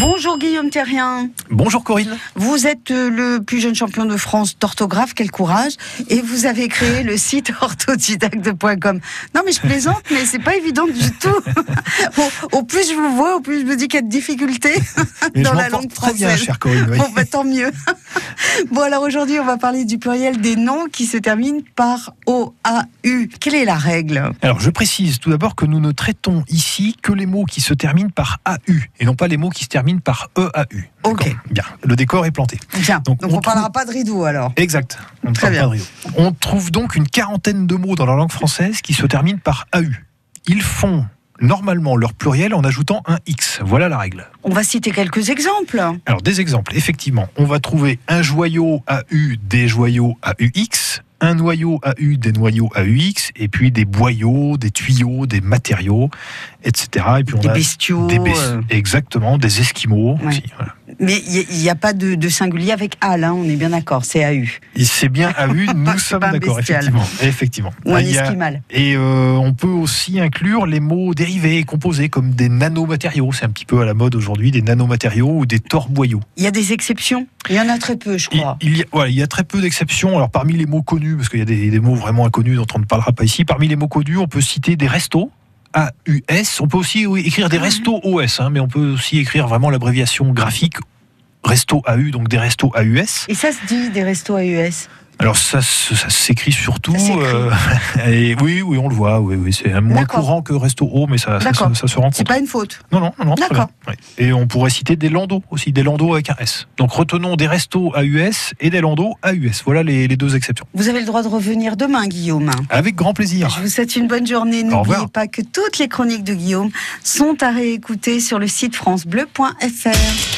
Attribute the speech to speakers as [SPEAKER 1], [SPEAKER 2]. [SPEAKER 1] Bonjour Guillaume Terrien.
[SPEAKER 2] Bonjour Corinne.
[SPEAKER 1] Vous êtes euh, le plus jeune champion de France d'orthographe, quel courage. Et vous avez créé le site orthodidacte.com. Non mais je plaisante, mais c'est pas évident du tout. au, au plus je vous vois, au plus je me dis qu'il y a de difficultés
[SPEAKER 2] Mais
[SPEAKER 1] Ah, dans
[SPEAKER 2] je
[SPEAKER 1] la
[SPEAKER 2] m'en porte
[SPEAKER 1] langue
[SPEAKER 2] très
[SPEAKER 1] française.
[SPEAKER 2] bien, chère Corinne. oui.
[SPEAKER 1] Bon, bah, tant mieux. bon, alors aujourd'hui, on va parler du pluriel des noms qui se terminent par O-A-U. Quelle est la règle
[SPEAKER 2] Alors, je précise tout d'abord que nous ne traitons ici que les mots qui se terminent par AU et non pas les mots qui se terminent par EAU.
[SPEAKER 1] Ok.
[SPEAKER 2] D'accord Bien. Le décor est planté.
[SPEAKER 1] Bien. Donc,
[SPEAKER 2] Donc,
[SPEAKER 1] on
[SPEAKER 2] on
[SPEAKER 1] ne parlera pas de rideau alors.
[SPEAKER 2] Exact. On, ne
[SPEAKER 1] Très
[SPEAKER 2] parle
[SPEAKER 1] bien.
[SPEAKER 2] pas de Rio. On trouve donc une quarantaine de mots dans la langue française qui se terminent par AU. Ils font normalement leur pluriel en ajoutant un X. Voilà la règle.
[SPEAKER 1] On va citer quelques exemples.
[SPEAKER 2] Alors, des exemples, effectivement. On va trouver un joyau AU, des joyaux AUX, un noyau AU, des noyaux AUX, et puis des boyaux, des tuyaux, des matériaux, etc. Et puis on
[SPEAKER 1] Des
[SPEAKER 2] a
[SPEAKER 1] bestiaux.
[SPEAKER 2] des bes-
[SPEAKER 1] euh,
[SPEAKER 2] Exactement, des esquimaux.
[SPEAKER 1] Ouais.
[SPEAKER 2] aussi, voilà.
[SPEAKER 1] Mais il n'y a, pas de, de singulier avec A, là, on est bien d'accord, c'est AU.
[SPEAKER 2] Et C'est bien AU, nous
[SPEAKER 1] C'est
[SPEAKER 2] sommes
[SPEAKER 1] pas un
[SPEAKER 2] d'accord,
[SPEAKER 1] bestial.
[SPEAKER 2] effectivement. effectivement.
[SPEAKER 1] Ou un
[SPEAKER 2] Ah, il y a-
[SPEAKER 1] esquimal.
[SPEAKER 2] Et euh, on peut aussi inclure les mots dérivés et composés comme des nanomatériaux. C'est un petit peu à la mode aujourd'hui, des nanomatériaux ou des torboyaux.
[SPEAKER 1] Il y a des exceptions Il y en a très peu, je
[SPEAKER 2] Il,
[SPEAKER 1] crois.
[SPEAKER 2] il y a, voilà, il y a très peu d'exceptions. Alors parmi les mots connus, parce qu'il y a des, des mots vraiment inconnus dont on ne parlera pas ici, parmi les mots connus, on peut citer des restos. AUS. On peut aussi oui, écrire des
[SPEAKER 1] Ah ouais.
[SPEAKER 2] restos OS, hein, mais on peut aussi écrire vraiment l'abréviation graphique resto AU, donc des restos AUS.
[SPEAKER 1] Et ça se dit des restos E AUS.
[SPEAKER 2] Alors ça, se- ça s'écrit surtout.
[SPEAKER 1] Ça s'écrit.
[SPEAKER 2] euh, et oui, oui, on le voit. Oui, oui, c'est moins
[SPEAKER 1] D'accord.
[SPEAKER 2] courant que resto O, mais ça, ça,
[SPEAKER 1] D'accord.
[SPEAKER 2] se- ça se rencontre.
[SPEAKER 1] C'est pas une faute.
[SPEAKER 2] Non, non, non, non. très
[SPEAKER 1] D'accord.
[SPEAKER 2] bien. Ouais. Et on pourrait citer des landaux aussi, des landaux avec un S. Donc retenons des restos AUS et des landaux AUS. Voilà les, les deux exceptions.
[SPEAKER 1] Vous avez le droit de revenir demain, Guillaume.
[SPEAKER 2] Avec grand plaisir.
[SPEAKER 1] Je vous souhaite une bonne journée. N'oubliez
[SPEAKER 2] revoir.
[SPEAKER 1] pas que toutes les chroniques de Guillaume sont à réécouter sur le site francebleu.fr.